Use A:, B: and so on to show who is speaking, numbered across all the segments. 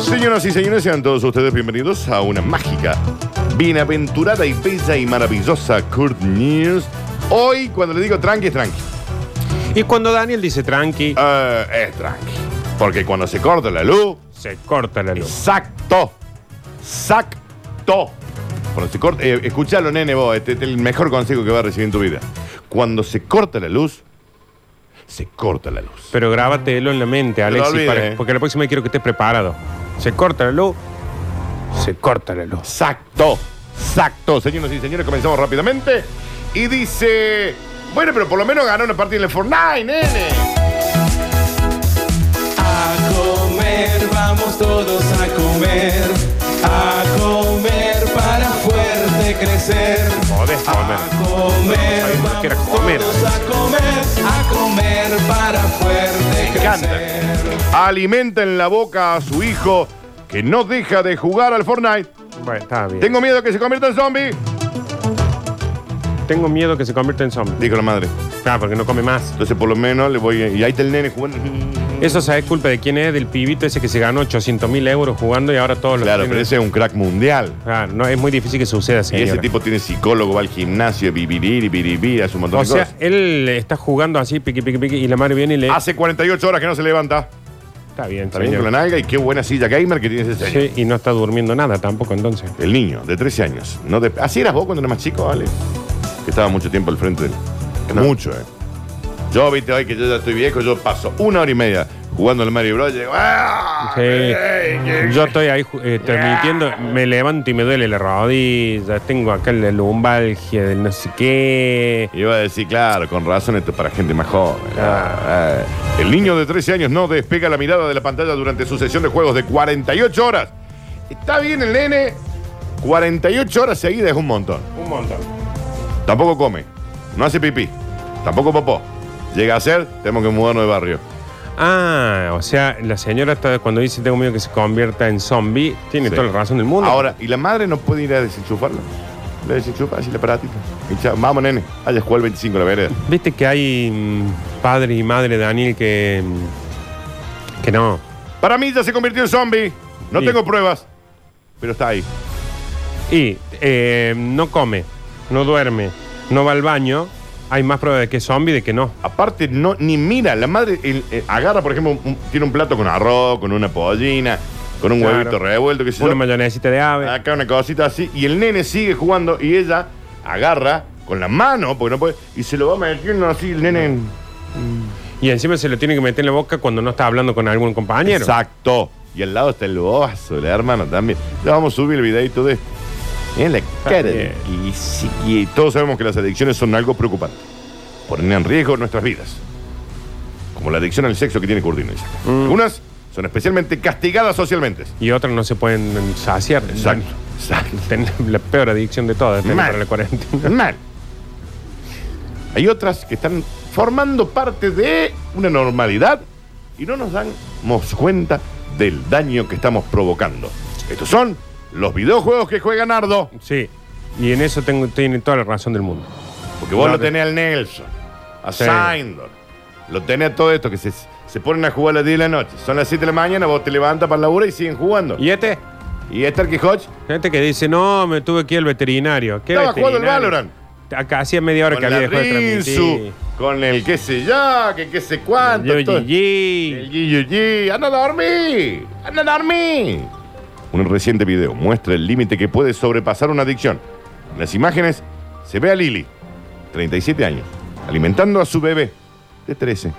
A: Señoras y señores, sean todos ustedes bienvenidos a una mágica, bienaventurada y bella y maravillosa Kurt News. Hoy, cuando le digo tranqui, es tranqui.
B: Y cuando Daniel dice tranqui,
A: Ah, es tranqui. Porque cuando se corta la luz,
B: se corta la luz.
A: exacto. Exacto. Cuando se corta, eh, escuchalo, nene, vos, este es el mejor consejo que vas a recibir en tu vida. Cuando se corta la luz, se corta la luz.
B: Pero grábatelo en la mente, Alexis,
A: olvides,
B: para-
A: eh.
B: porque la próxima quiero que estés preparado. Se corta la luz, se corta la luz.
A: Exacto, exacto. Señoras y señores, comenzamos rápidamente. Y dice, bueno, pero por lo menos ganó una partida en el Fortnite, nene.
C: A comer, vamos todos a comer. A comer para fuerte crecer.
B: Podés
A: Ah,
B: comer.
C: A comer,
B: Ay, no quiero
C: vamos
B: comer.
C: todos a comer. A comer para fuerte
A: encanta.
C: crecer.
A: Alimenta en la boca a su hijo que no deja de jugar al Fortnite.
B: Bueno, está bien.
A: Tengo miedo que se convierta en zombie.
B: Tengo miedo que se convierta en zombie.
A: Dijo la madre.
B: Ah, porque no come más.
A: Entonces por lo menos le voy... a- Y ahí está el nene jugando. Mm.
B: Eso sabes culpa de quién es, del pibito ese que se ganó 800 mil euros jugando y ahora todos
A: Claro,
B: los
A: pero ese es un crack mundial.
B: Ah, no, es muy difícil que suceda,
A: Y
B: señora.
A: ese tipo tiene psicólogo, va al gimnasio, viviriri, biribí, hace un montón
B: O
A: de
B: sea,
A: cosas.
B: él está jugando así, piqui, piqui, piqui, y la madre viene y le...
A: Hace 48 horas que no se levanta.
B: está bien,
A: Está bien con la
B: señor.
A: nalga y qué buena silla gamer que tiene ese señor.
B: Sí, y no está durmiendo nada tampoco, entonces.
A: El niño, de 13 años. No de- Así eras vos cuando eras más chico, Ale. Que estaba mucho tiempo al frente. de él. Mucho, eh. Yo, viste, hoy que yo ya estoy viejo, yo paso una hora y media jugando al Mario Bros. y digo, ¡ah!
B: Sí.
A: ¡Ey, qué-
B: Yo estoy ahí ju- eh, transmitiendo, me levanto y me duele la rodilla, tengo acá la lumbalgia del no sé qué.
A: Iba a decir, claro, con razón, esto es para gente más joven. Ah, ah. El niño de 13 años no despega la mirada de la pantalla durante su sesión de juegos de 48 horas. Está bien el nene, 48 horas seguidas es un montón.
B: Un montón.
A: Tampoco come, no hace pipí, tampoco popó. Llega a ser, tenemos que mudarnos de barrio.
B: Ah, o sea, la señora está- cuando dice tengo miedo que se convierta en zombie, tiene
A: Sí.
B: toda la razón del mundo.
A: Ahora, ¿y la madre no puede ir a desenchufarlo? Le desenchufa así el aparatito. Y chao, Vamos, nene, allá jugó el 25 en la vereda.
B: Viste que hay mm, padres y madres, Daniel, que. mm, que no.
A: Para mí ya se convirtió en zombie. No
B: Sí.
A: tengo pruebas, pero está ahí.
B: Y eh, no come, no duerme, no va al baño. Hay más pruebas de que es zombie de que no.
A: Aparte, no, ni mira, la madre el- eh, agarra, por ejemplo, un- tiene un plato con arroz, con una pollina, con un
B: Claro.
A: huevito revuelto, qué sé
B: Una
A: yo.
B: mayonesita de ave.
A: Acá una cosita así, y el nene sigue jugando y ella agarra con la mano, porque no puede, y se lo va metiendo así el nene. en-
B: Y encima se lo tiene que meter en la boca cuando no está hablando con algún compañero.
A: Exacto. Y al lado está el bobazo, la hermano también. Ya vamos a subir el videito de esto. Miren la cara. de- Y, sí, y todos sabemos que las adicciones son algo preocupante. Ponen en riesgo nuestras vidas. Como la adicción al sexo que tiene Curdino. dice. Algunas son especialmente castigadas socialmente.
B: Y otras no se pueden saciar.
A: Exacto. Exacto.
B: Ten- la peor adicción de todas, tener
A: Mal.
B: para la cuarentena.
A: Mal. Hay otras que están formando parte de una normalidad y no nos damos cuenta del daño que estamos provocando. Estos son los videojuegos que juega Nardo.
B: Sí. Y en eso tengo, tiene toda la razón del mundo.
A: Porque vos
B: Claro.
A: lo tenés al Nelson, a
B: Sí.
A: Saindor, lo tenés a todo esto que se, se ponen a jugar a las 10 de la noche. Son las 7 de la mañana, vos te levantas para la hora y siguen jugando.
B: ¿Y este?
A: Y Esther Quijote,
B: Gente que dice, no, me tuve que ir al veterinario. ¿Qué
A: Estaba
B: veterinario?
A: jugando al Valorant.
B: Acá hacía media hora
A: con
B: que
A: la
B: había dejado de
A: Rinsu,
B: transmitir.
A: con el qué sé yo, que qué sé cuánto.
B: Yo,
A: todo. El
B: GG.
A: Gigi, anda a dormir, anda a dormir. Un reciente video muestra el límite que puede sobrepasar una adicción. En las imágenes se ve a Lili, 37 años, alimentando a su bebé de 13,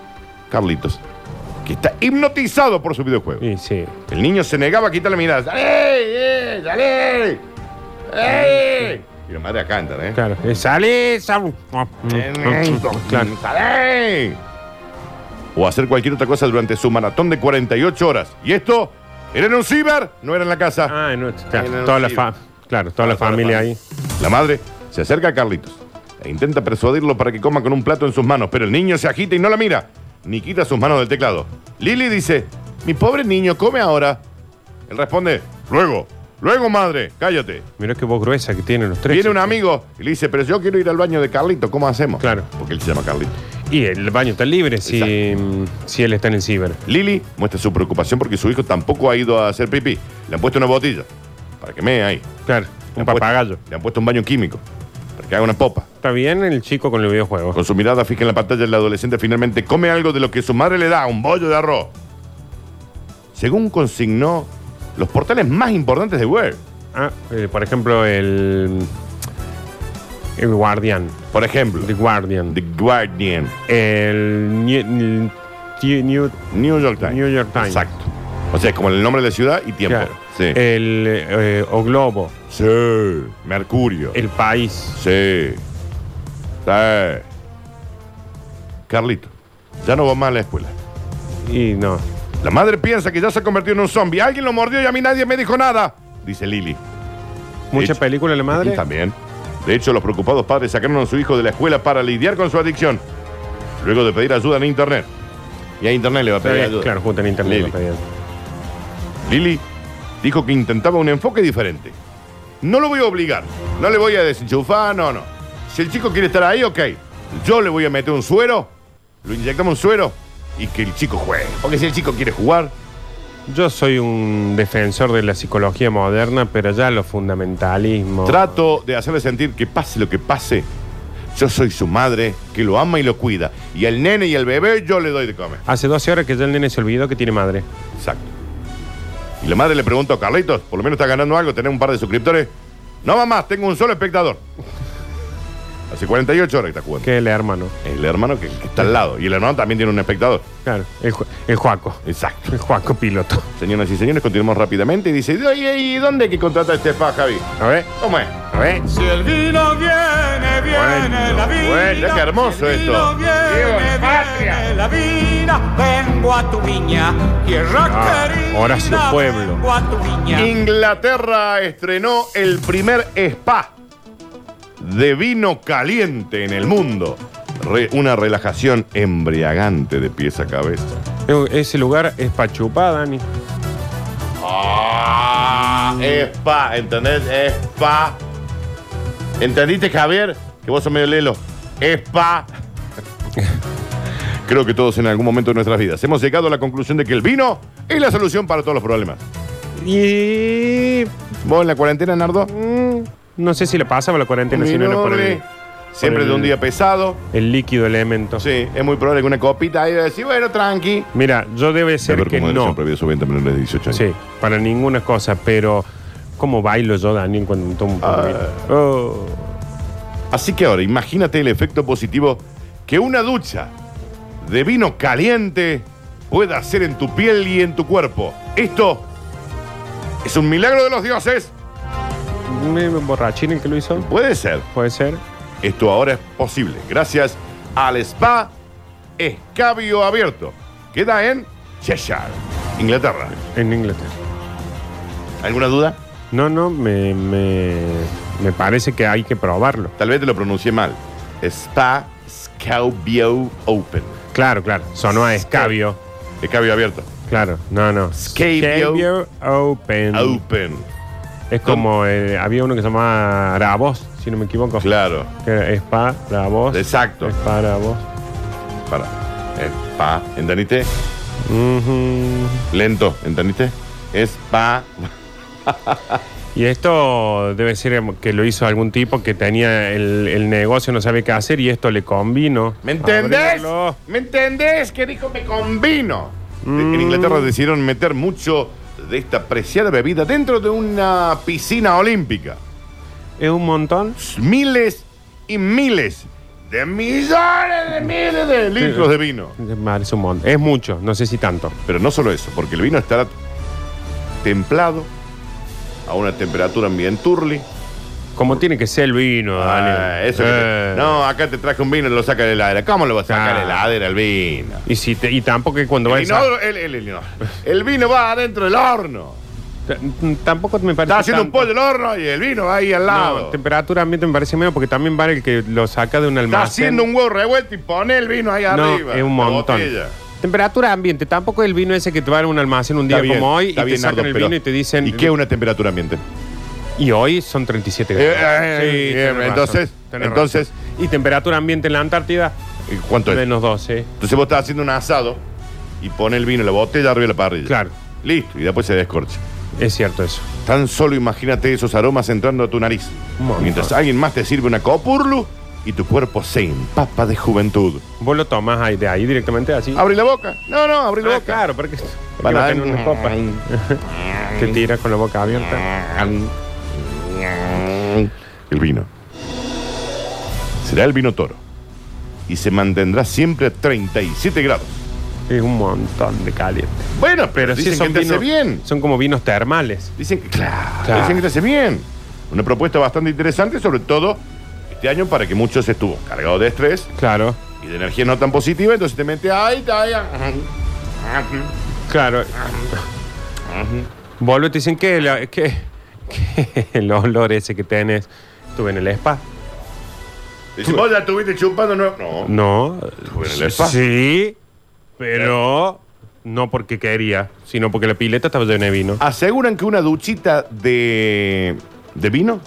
A: Carlitos, que está hipnotizado por su videojuego.
B: Y sí.
A: El niño se negaba a quitar la mirada. ¡Dale, eh, dale! ¡Ey! Y la madre acá entra, ¿eh?
B: Claro. Eh, Ah, Sale, sal- mm, Claro.
A: Claro. O hacer cualquier otra cosa durante su maratón de 48 horas. Y esto Era en un ciber, no era en la casa.
B: Ah, no, claro,
A: no,
B: toda la
A: sí.
B: fa- claro, toda la
A: Toda la
B: familia
A: familia.
B: ahí.
A: La madre se acerca a Carlitos e intenta persuadirlo para que coma con un plato en sus manos, pero el niño se agita y no la mira, ni quita sus manos del teclado. Lili dice, mi pobre niño, come ahora. Él responde, luego, luego madre, cállate.
B: Mirá qué voz gruesa que tienen los tres.
A: Viene un
B: chicos.
A: amigo y le dice, pero yo quiero ir al baño de Carlitos, ¿cómo hacemos?
B: Claro.
A: Porque él se llama Carlitos.
B: Y el baño está libre si, si él está en el ciber.
A: Lili muestra su preocupación porque su hijo tampoco ha ido a hacer pipí. Le han puesto una botella para que mea ahí.
B: Claro,
A: Le
B: un
A: han puesto-
B: papagayo.
A: le han puesto un baño químico para que haga una popa.
B: Está bien el chico con el videojuego.
A: Con su mirada fija en la pantalla, el adolescente finalmente come algo de lo que su madre le da, un bollo de arroz. Según consignó los portales más importantes de web.
B: Ah, eh, por ejemplo, el. El Guardian.
A: Por ejemplo,
B: The Guardian.
A: The Guardian,
B: El. New, New- New-
A: New York Times.
B: New York Times.
A: Exacto. O sea, es como el nombre de ciudad y tiempo.
B: claro.
A: Sí.
B: El. eh, o Globo.
A: sí. Mercurio.
B: El País.
A: Sí. Sí. Carlito, ya no va más a la escuela.
B: Y no.
A: La madre piensa que ya se ha convertido en un zombie. Alguien lo mordió y a mí nadie me dijo nada, dice Lily.
B: Mucha
A: Hecho.
B: película la
A: Y
B: madre.
A: También. De hecho, los preocupados padres sacaron a su hijo de la escuela para lidiar con su adicción. Luego de pedir ayuda en Internet. Y a Internet le va a
B: Está
A: pedir
B: bien,
A: ayuda.
B: Eh, Claro, junto en internet.
A: Lili.
B: está bien.
A: Lili dijo que intentaba un enfoque diferente. No lo voy a obligar. No le voy a desenchufar, no, no. Si el chico quiere estar ahí, ok. Yo le voy a meter un suero. Lo inyectamos un suero. Y que el chico juegue. Porque si el chico quiere jugar,
B: Yo soy un defensor de la psicología moderna, pero ya los fundamentalismos.
A: Trato de hacerle sentir que pase lo que pase, yo soy su madre, que lo ama y lo cuida. Y al nene y al bebé yo le doy de comer.
B: Hace 12 horas que ya el nene se olvidó que tiene madre.
A: Exacto. Y la madre le pregunta a Carlitos, por lo menos está ganando algo, tenés un par de suscriptores. No mamá, tengo un solo espectador. Hace 48 horas que está jugando.
B: Que el hermano.
A: El hermano que, que está al lado. Y el hermano también tiene un espectador.
B: Claro, el, Ju- el Juaco.
A: Exacto.
B: El Juaco piloto.
A: Señoras y señores, continuamos rápidamente. Y dice, ¿y y dónde hay que contrata este spa, Javi?
B: A ver,
A: ¿Cómo es?
B: a ver.
C: Si el vino viene, viene
A: Bueno,
C: la vida.
A: bueno, qué hermoso
C: Si el vino
A: esto.
C: Viene,
A: Dios, patria.
C: viene la vida. Vengo a tu viña, tierra
B: Ah,
C: querida.
B: Horacio Pueblo.
C: Vengo a tu viña.
A: Inglaterra estrenó el primer spa de vino caliente en el mundo. Re- una relajación embriagante de pies a cabeza.
B: E- Ese lugar es Pachupá, Dani.
A: Ah, spa, ¿entendés? Spa. ¿Entendiste, Javier? Que vos sos medio lelo. Spa. Creo que todos en algún momento de nuestras vidas hemos llegado a la conclusión de que el vino es la solución para todos los problemas.
B: Y.
A: ¿Vos en la cuarentena, Nardo?
B: mm, no sé si le pasaba la cuarentena si no era por el,
A: Siempre
B: el-
A: de un día pesado.
B: el líquido elemento.
A: Sí, es muy probable que una copita ahí va a decir, bueno, tranqui.
B: Mira, yo debe ser que no.
A: menores de 18 años.
B: Sí, para ninguna cosa, pero. ¿Cómo bailo yo, Daniel, cuando me tomo un poco de vino? Oh.
A: Así que ahora, imagínate el efecto positivo que una ducha de vino caliente pueda hacer en tu piel y en tu cuerpo. Esto es un milagro de los dioses.
B: ¿Me borrachín el que lo hizo?
A: Puede ser.
B: Puede ser.
A: Esto ahora es posible gracias al Spa Escabio Abierto. Queda en Cheshire, Inglaterra.
B: En Inglaterra.
A: ¿Alguna duda?
B: No, no, me, me, me parece que hay que probarlo.
A: Tal vez te lo pronuncié mal. Spa Scabio Open.
B: Claro, claro. Sonó a escabio.
A: Escabio abierto.
B: Claro, no, no.
A: Scabio.
B: Scabio Open.
A: Open.
B: Es como el- había uno que se llamaba Rabos, si no me equivoco.
A: Claro.
B: Que era Spa, Rabos.
A: Exacto.
B: Spa, Rabos.
A: Para. Spa. ¿Entendiste?
B: Ujú.
A: Lento. ¿Entendiste? Spa.
B: Y esto debe ser em, que lo hizo algún tipo que tenía el, el negocio, no sabe qué hacer y esto le combino.
A: ¿Me entendés?
B: Abrirlo.
A: ¿Me entendés? Que dijo me combino. En Inglaterra decidieron meter mucho de esta preciada bebida dentro de una piscina olímpica.
B: Es un montón.
A: Miles y miles de millones de miles de litros de vino.
B: Madre, Es un montón. Es mucho, no sé si tanto.
A: Pero no solo eso, porque el vino estará templado a una temperatura ambienturli,
B: Como tiene que ser el vino,
A: Ah,
B: Daniel.
A: eso que te-
B: Eh.
A: No, acá te traje un vino, lo saca de la heladera. ¿Cómo lo vas a sacar de
B: Ah.
A: la heladera el vino?
B: Y, si te- y tampoco que cuando
A: El,
B: vayas a-
A: inodoro- el- el- el inodoro. El vino va adentro del horno.
B: T- n- Tampoco me parece.
A: Está haciendo un
B: tanto.
A: pollo el horno y el vino va ahí al lado.
B: No, temperatura ambiente me parece menos porque también vale el que lo saca de un
A: Está
B: almacén.
A: haciendo un huevo revuelto y pone el vino ahí
B: No,
A: arriba.
B: es un
A: la
B: montón.
A: botella.
B: Temperatura ambiente, tampoco el vino ese que te va a un almacén un día
A: Está bien,
B: como hoy y
A: está
B: te
A: bien,
B: sacan
A: Nardo,
B: el
A: pero-
B: vino y te dicen.
A: ¿Y qué es una temperatura ambiente?
B: Y hoy son 37 grados.
A: Eh, eh, bien,
B: tenés razón,
A: entonces,
B: tenés
A: entonces-
B: razón. Y temperatura ambiente en la Antártida,
A: ¿Y ¿Cuánto es?
B: menos 12.
A: Entonces vos estás haciendo un asado y pone el vino, la botella arriba de la parrilla.
B: Claro.
A: Listo, y después se descorcha.
B: Es cierto eso.
A: Tan solo imagínate esos aromas entrando a tu nariz.
B: Un montón.
A: Mientras alguien más te sirve una copurlu y tu cuerpo se empapa de juventud.
B: Vos lo tomás ahí, de ahí directamente así.
A: Abrí la boca. No, no, abrí la
B: Ah,
A: Ah, boca.
B: claro, porque, porque
A: Para
B: va a tener una copa. Te tiras con la boca abierta.
A: El vino. Será el vino toro. Y se mantendrá siempre a 37 grados.
B: Es un montón de caliente.
A: Bueno, pero
B: Pero
A: dicen
B: sí son
A: que te hace
B: vinos.
A: bien.
B: Son como vinos termales.
A: Dicen que, claro,
B: Claro.
A: dicen que te hace bien. Una propuesta bastante interesante, sobre todo este año, para que muchos estuvo cargado de estrés
B: Claro.
A: y de energía no tan positiva, entonces te mete ahí, ahí, ahí.
B: Claro. Vuelve y te dicen que, la- que, que el olor ese que tenés. Estuve en el spa.
A: Dice, vos ya estuviste chupando, no. No,
B: No.
A: en el spa?
B: Sí, pero no porque quería, sino porque la pileta estaba llena de vino.
A: Aseguran que una duchita de, de vino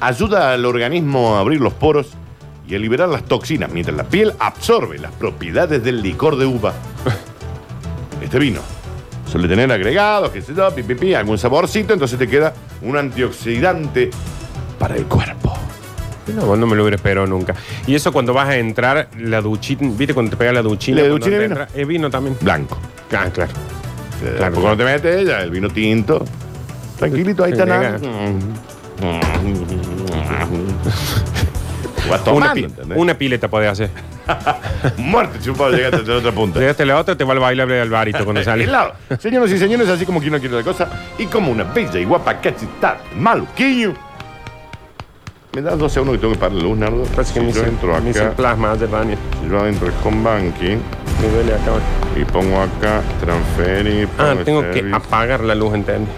A: ayuda al organismo a abrir los poros y a liberar las toxinas, mientras la piel absorbe las propiedades del licor de uva. Este vino suele tener agregados, que se da, pipipi, algún saborcito, entonces te queda un antioxidante para el cuerpo.
B: No, vos no me lo hubiera esperado nunca. Y eso cuando vas a entrar, la duchita, ¿viste cuando te pega la duchina?
A: La
B: cuando
A: duchina
B: te
A: de vino.
B: entra? Es vino también.
A: Blanco.
B: Ah, claro.
A: Eh,
B: Claro.
A: Porque cuando te metes ya el vino tinto. Tranquilito, ahí está nada. Vas
B: Una,
A: tomando,
B: pi-
A: ¿entendés?
B: una pileta podés hacer.
A: Muerte chupado, llegaste hasta la otra punta.
B: Llegaste a la otra, te va al bailable del barito cuando sales.
A: Helado. Señoras y señores, así como quien no quiere la cosa, y como una bella y guapa cachetada, de maluquiño. Me das 12 a 1 que tengo que pagar la luz, Nardo.
B: Parece que
A: Si
B: me
A: yo
B: hice,
A: entro
B: me hice
A: acá,
B: plasma de Daniel.
A: si yo entro con banking
B: Me duele acá.
A: y pongo acá transferir.
B: Ah,
A: pongo
B: tengo que
A: service,
B: apagar la luz, ¿entendés?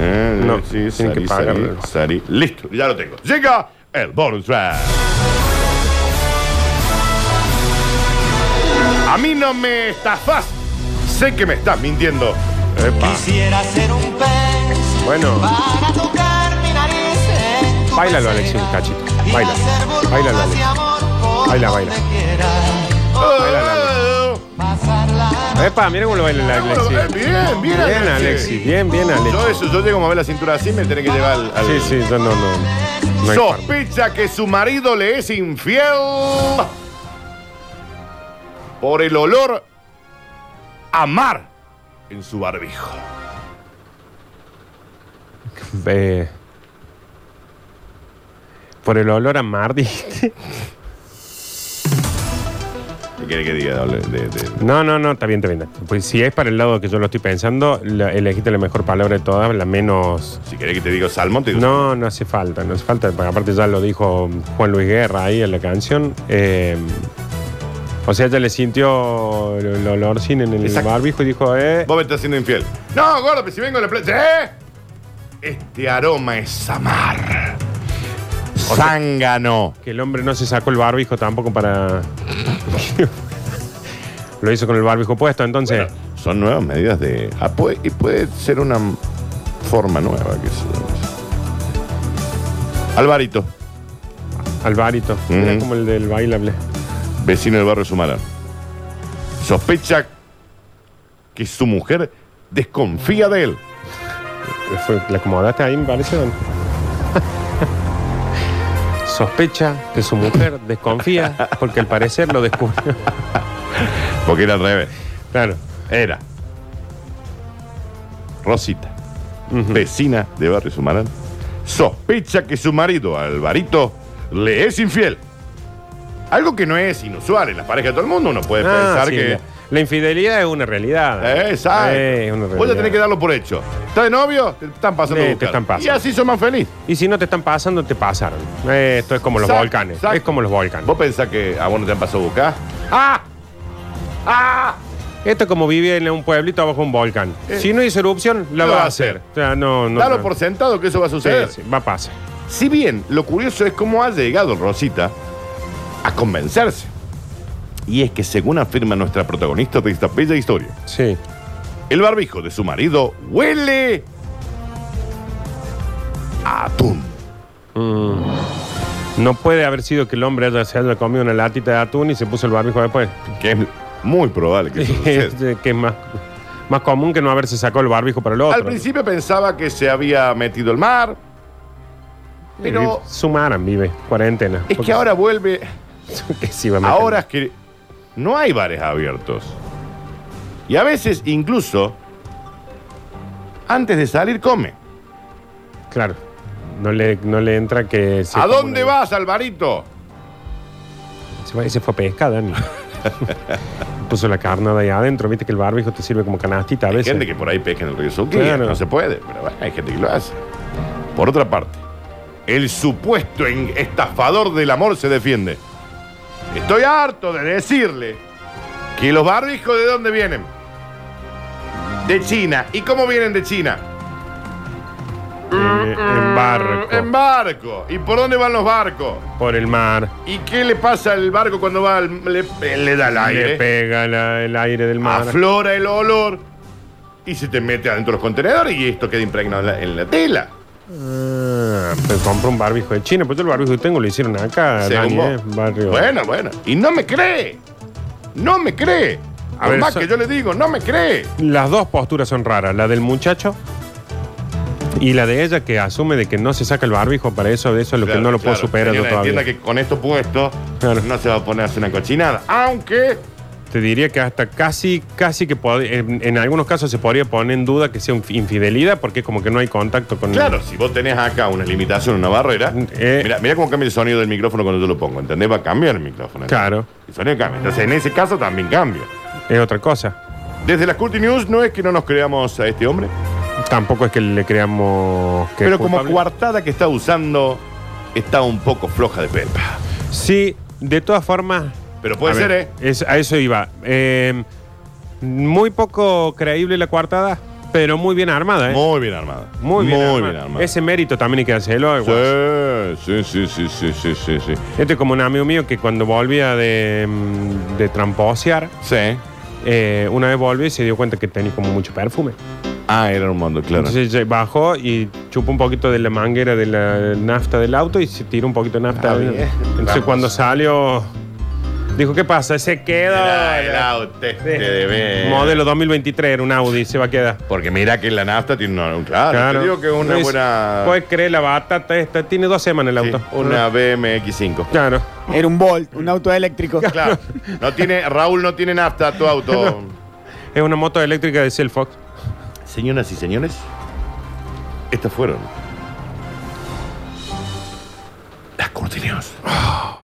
A: eh,
B: no,
A: sí,
B: tienen
A: salí,
B: que
A: salí,
B: pagarlo.
A: salí. Listo, ya lo tengo. Llega el bonus track. A mí no me estafas. Sé que me estás mintiendo. Epa.
D: Quisiera ser un pez
B: Bueno,
D: para tocar mi nariz en tu
B: Báilalo,
D: pecera
B: Alexis, un cachito.
D: y
B: Baila.
D: hacer burbujas
B: Báilalo, Alexis.
D: de amor por
B: Baila,
D: donde
B: baila.
D: quiera. Pasarla
B: Ah, epa, mira cómo lo baila la
A: Bien, Eh,
B: Alexis.
A: bien, bien,
B: Bien, Alexis, bien, bien, Alexis.
A: Yo eso, yo llego a mover la cintura así, me tenés que llevar al. al-
B: Sí, sí, yo no, no. no hay forma.
A: Sospecha que su marido le es infiel por el olor a mar en su barbijo.
B: Eh, por el olor a mar, dijiste.
A: ¿Qué quiere que diga? doble? De- de-
B: No, no, no, está bien, está bien. Pues si es para el lado que yo lo estoy pensando, la- elegiste la mejor palabra de todas, la menos.
A: Si querés que te diga salmón, te digo.
B: No, no hace falta, no hace falta. porque Aparte, ya lo dijo Juan Luis Guerra ahí en la canción. Eh, o sea, ya le sintió el el olor sin en el
A: Exacto.
B: barbijo y dijo, eh.
A: Vos me estás siendo infiel. No, gordo, pero si vengo a la playa. ¿Eh? Este aroma es a mar. Zángano.
B: Que el hombre no se sacó el barbijo tampoco para. Lo hizo con el barbijo puesto, entonces.
A: Son nuevas medidas de. ah, puede- y puede ser una m- forma nueva que se. Alvarito,
B: Alvarito.
A: Ujú.
B: Era como el del bailable.
A: vecino del barrio Sumarán. Sospecha que su mujer desconfía de él.
B: Fue- ¿La acomodaste ahí, me parece? o no? Sospecha que su mujer desconfía porque al parecer lo descubrió.
A: Porque era al revés.
B: Claro.
A: Era. Rosita, vecina de barrio Sumarán. Sospecha que su marido, Alvarito, le es infiel. Algo que no es inusual en las parejas de todo el mundo. Uno puede
B: Ah,
A: pensar
B: sí,
A: que.
B: la- La infidelidad es una realidad.
A: Eh, Exacto.
B: Eh, es una realidad.
A: Vos ya tenés que darlo por hecho. ¿Estás de novio? Te están pasando.
B: Sí,
A: a
B: te
A: buscar.
B: están pasando.
A: Y así son más feliz.
B: Y si no te están pasando, te pasaron. Eh, esto es como los
A: Exacto,
B: volcanes.
A: exacto.
B: Es como los volcanes.
A: ¿Vos pensás que a vos no te han pasado a buscar?
B: ¡Ah! ¡Ah! Esto es como vivir en un pueblito abajo de un volcán.
A: Eh,
B: si no hizo erupción, la
A: lo
B: va
A: va
B: a
A: a
B: hacer.
A: hacer.
B: O sea, no, no,
A: Dalo
B: no.
A: por sentado que eso va a
B: Sí,
A: suceder.
B: sí, va a pasar.
A: Si bien lo curioso es cómo ha llegado Rosita a convencerse. Y es que según afirma nuestra protagonista de esta bella historia,
B: Sí.
A: el barbijo de su marido huele a atún.
B: No puede haber sido que el hombre haya, se haya comido una latita de atún y se puso el barbijo después.
A: Que es muy probable que eso suceda.
B: Este, que es más, más común que no haberse sacado el barbijo para el otro.
A: Al principio pensaba que se había metido el mar, pero
B: Sumaran, vive, cuarentena.
A: es que
B: Porque-
A: ahora vuelve
B: que se iba a meter.
A: Ahora es que no hay bares abiertos. Y a veces incluso antes de salir come.
B: Claro. No le, no le entra que... se
A: ¿A
B: coma
A: dónde
B: una-
A: vas, Alvarito?
B: Se fue, se fue a pescar, Dani. Puso la carnada ahí adentro. Viste que el barbijo te sirve como canastita a
A: Hay
B: veces.
A: gente que por ahí pesca en el río Suquía,
B: Claro.
A: no se puede, pero bueno, hay gente que lo hace. Por otra parte, el supuesto en- estafador del amor se defiende. Estoy harto de decirle que los barbijos de dónde vienen. De China. ¿Y cómo vienen de China?
B: Eh, en barco.
A: En barco. ¿Y por dónde van los barcos?
B: por el mar.
A: ¿Y qué le pasa al barco cuando va al, le, eh, le da el
B: Le
A: aire?
B: pega la- el aire del mar.
A: aflora el olor y se te mete adentro de los contenedores y esto queda impregnado en la, en la tela.
B: Ah, pues compró un barbijo de China. Pues yo el barbijo que tengo lo hicieron acá,
A: Según
B: Dani,
A: vos.
B: ¿eh? Barrio.
A: Bueno, bueno. Y no me cree. No me cree.
B: A
A: Por
B: ver,
A: más
B: eso-
A: que yo le digo, no me cree.
B: Las dos posturas son raras. La del muchacho y la de ella que asume de que no se saca el barbijo para eso. De eso es lo que
A: Claro,
B: no lo
A: claro.
B: puedo superar yo
A: Señora,
B: todavía.
A: Entienda que con esto puesto
B: Claro.
A: no se va a poner a hacer una cochinada. Aunque
B: Te diría que hasta casi, casi que pod- en, en algunos casos se podría poner en duda que sea un- infidelidad porque como que no hay contacto con
A: Claro, si vos tenés acá una limitación, una barrera,
B: Eh.
A: mira, mira cómo cambia el sonido del micrófono cuando yo lo pongo, ¿entendés? Va a cambiar el micrófono.
B: Claro.
A: El sonido cambia. Entonces, en ese caso también cambia.
B: Es otra cosa.
A: Desde las Curti News no es que no nos creamos a este hombre,
B: Tampoco es que le creamos que es
A: pero como
B: culpable.
A: coartada que está usando, está un poco floja de pepa.
B: Sí, de todas formas.
A: Pero puede
B: a
A: ser, ¿eh?
B: ver, es- a eso iba. Eh, muy poco creíble la coartada, pero muy bien armada, ¿eh?
A: Muy bien armada.
B: Muy bien,
A: Muy
B: armada.
A: bien armada.
B: Ese mérito también hay que hacerlo.
A: Sí, sí, sí, sí, sí, sí, sí.
B: Este es como un amigo mío que cuando volvía de, mm, de tramposear,
A: Sí.
B: eh, una vez volvió y se dio cuenta que tenía como mucho perfume.
A: Ah, era un mundo, claro.
B: Entonces ya bajó y chupó un poquito de la manguera de la nafta del auto y se tiró un poquito de nafta.
A: Ah, bien.
B: Entonces
A: Vamos.
B: cuando salió, dijo, ¿qué pasa? Se
A: Era
B: queda.
A: el auto este de ver.
B: Modelo 2023 era un Audi, se va a quedar.
A: Porque mira que la nafta tiene una. un- Claro, Ah, te digo que es una
B: Es-
A: buena.
B: Puedes creer la batata esta, tiene dos semanas el
A: sí,
B: auto.
A: una BMX5.
B: Claro.
E: Era un Bolt, un auto eléctrico.
A: Claro. No tiene, Raúl no tiene nafta tu auto.
B: Es una moto eléctrica de Selfox.
A: Señoras y señores, estas fueron las cortinas.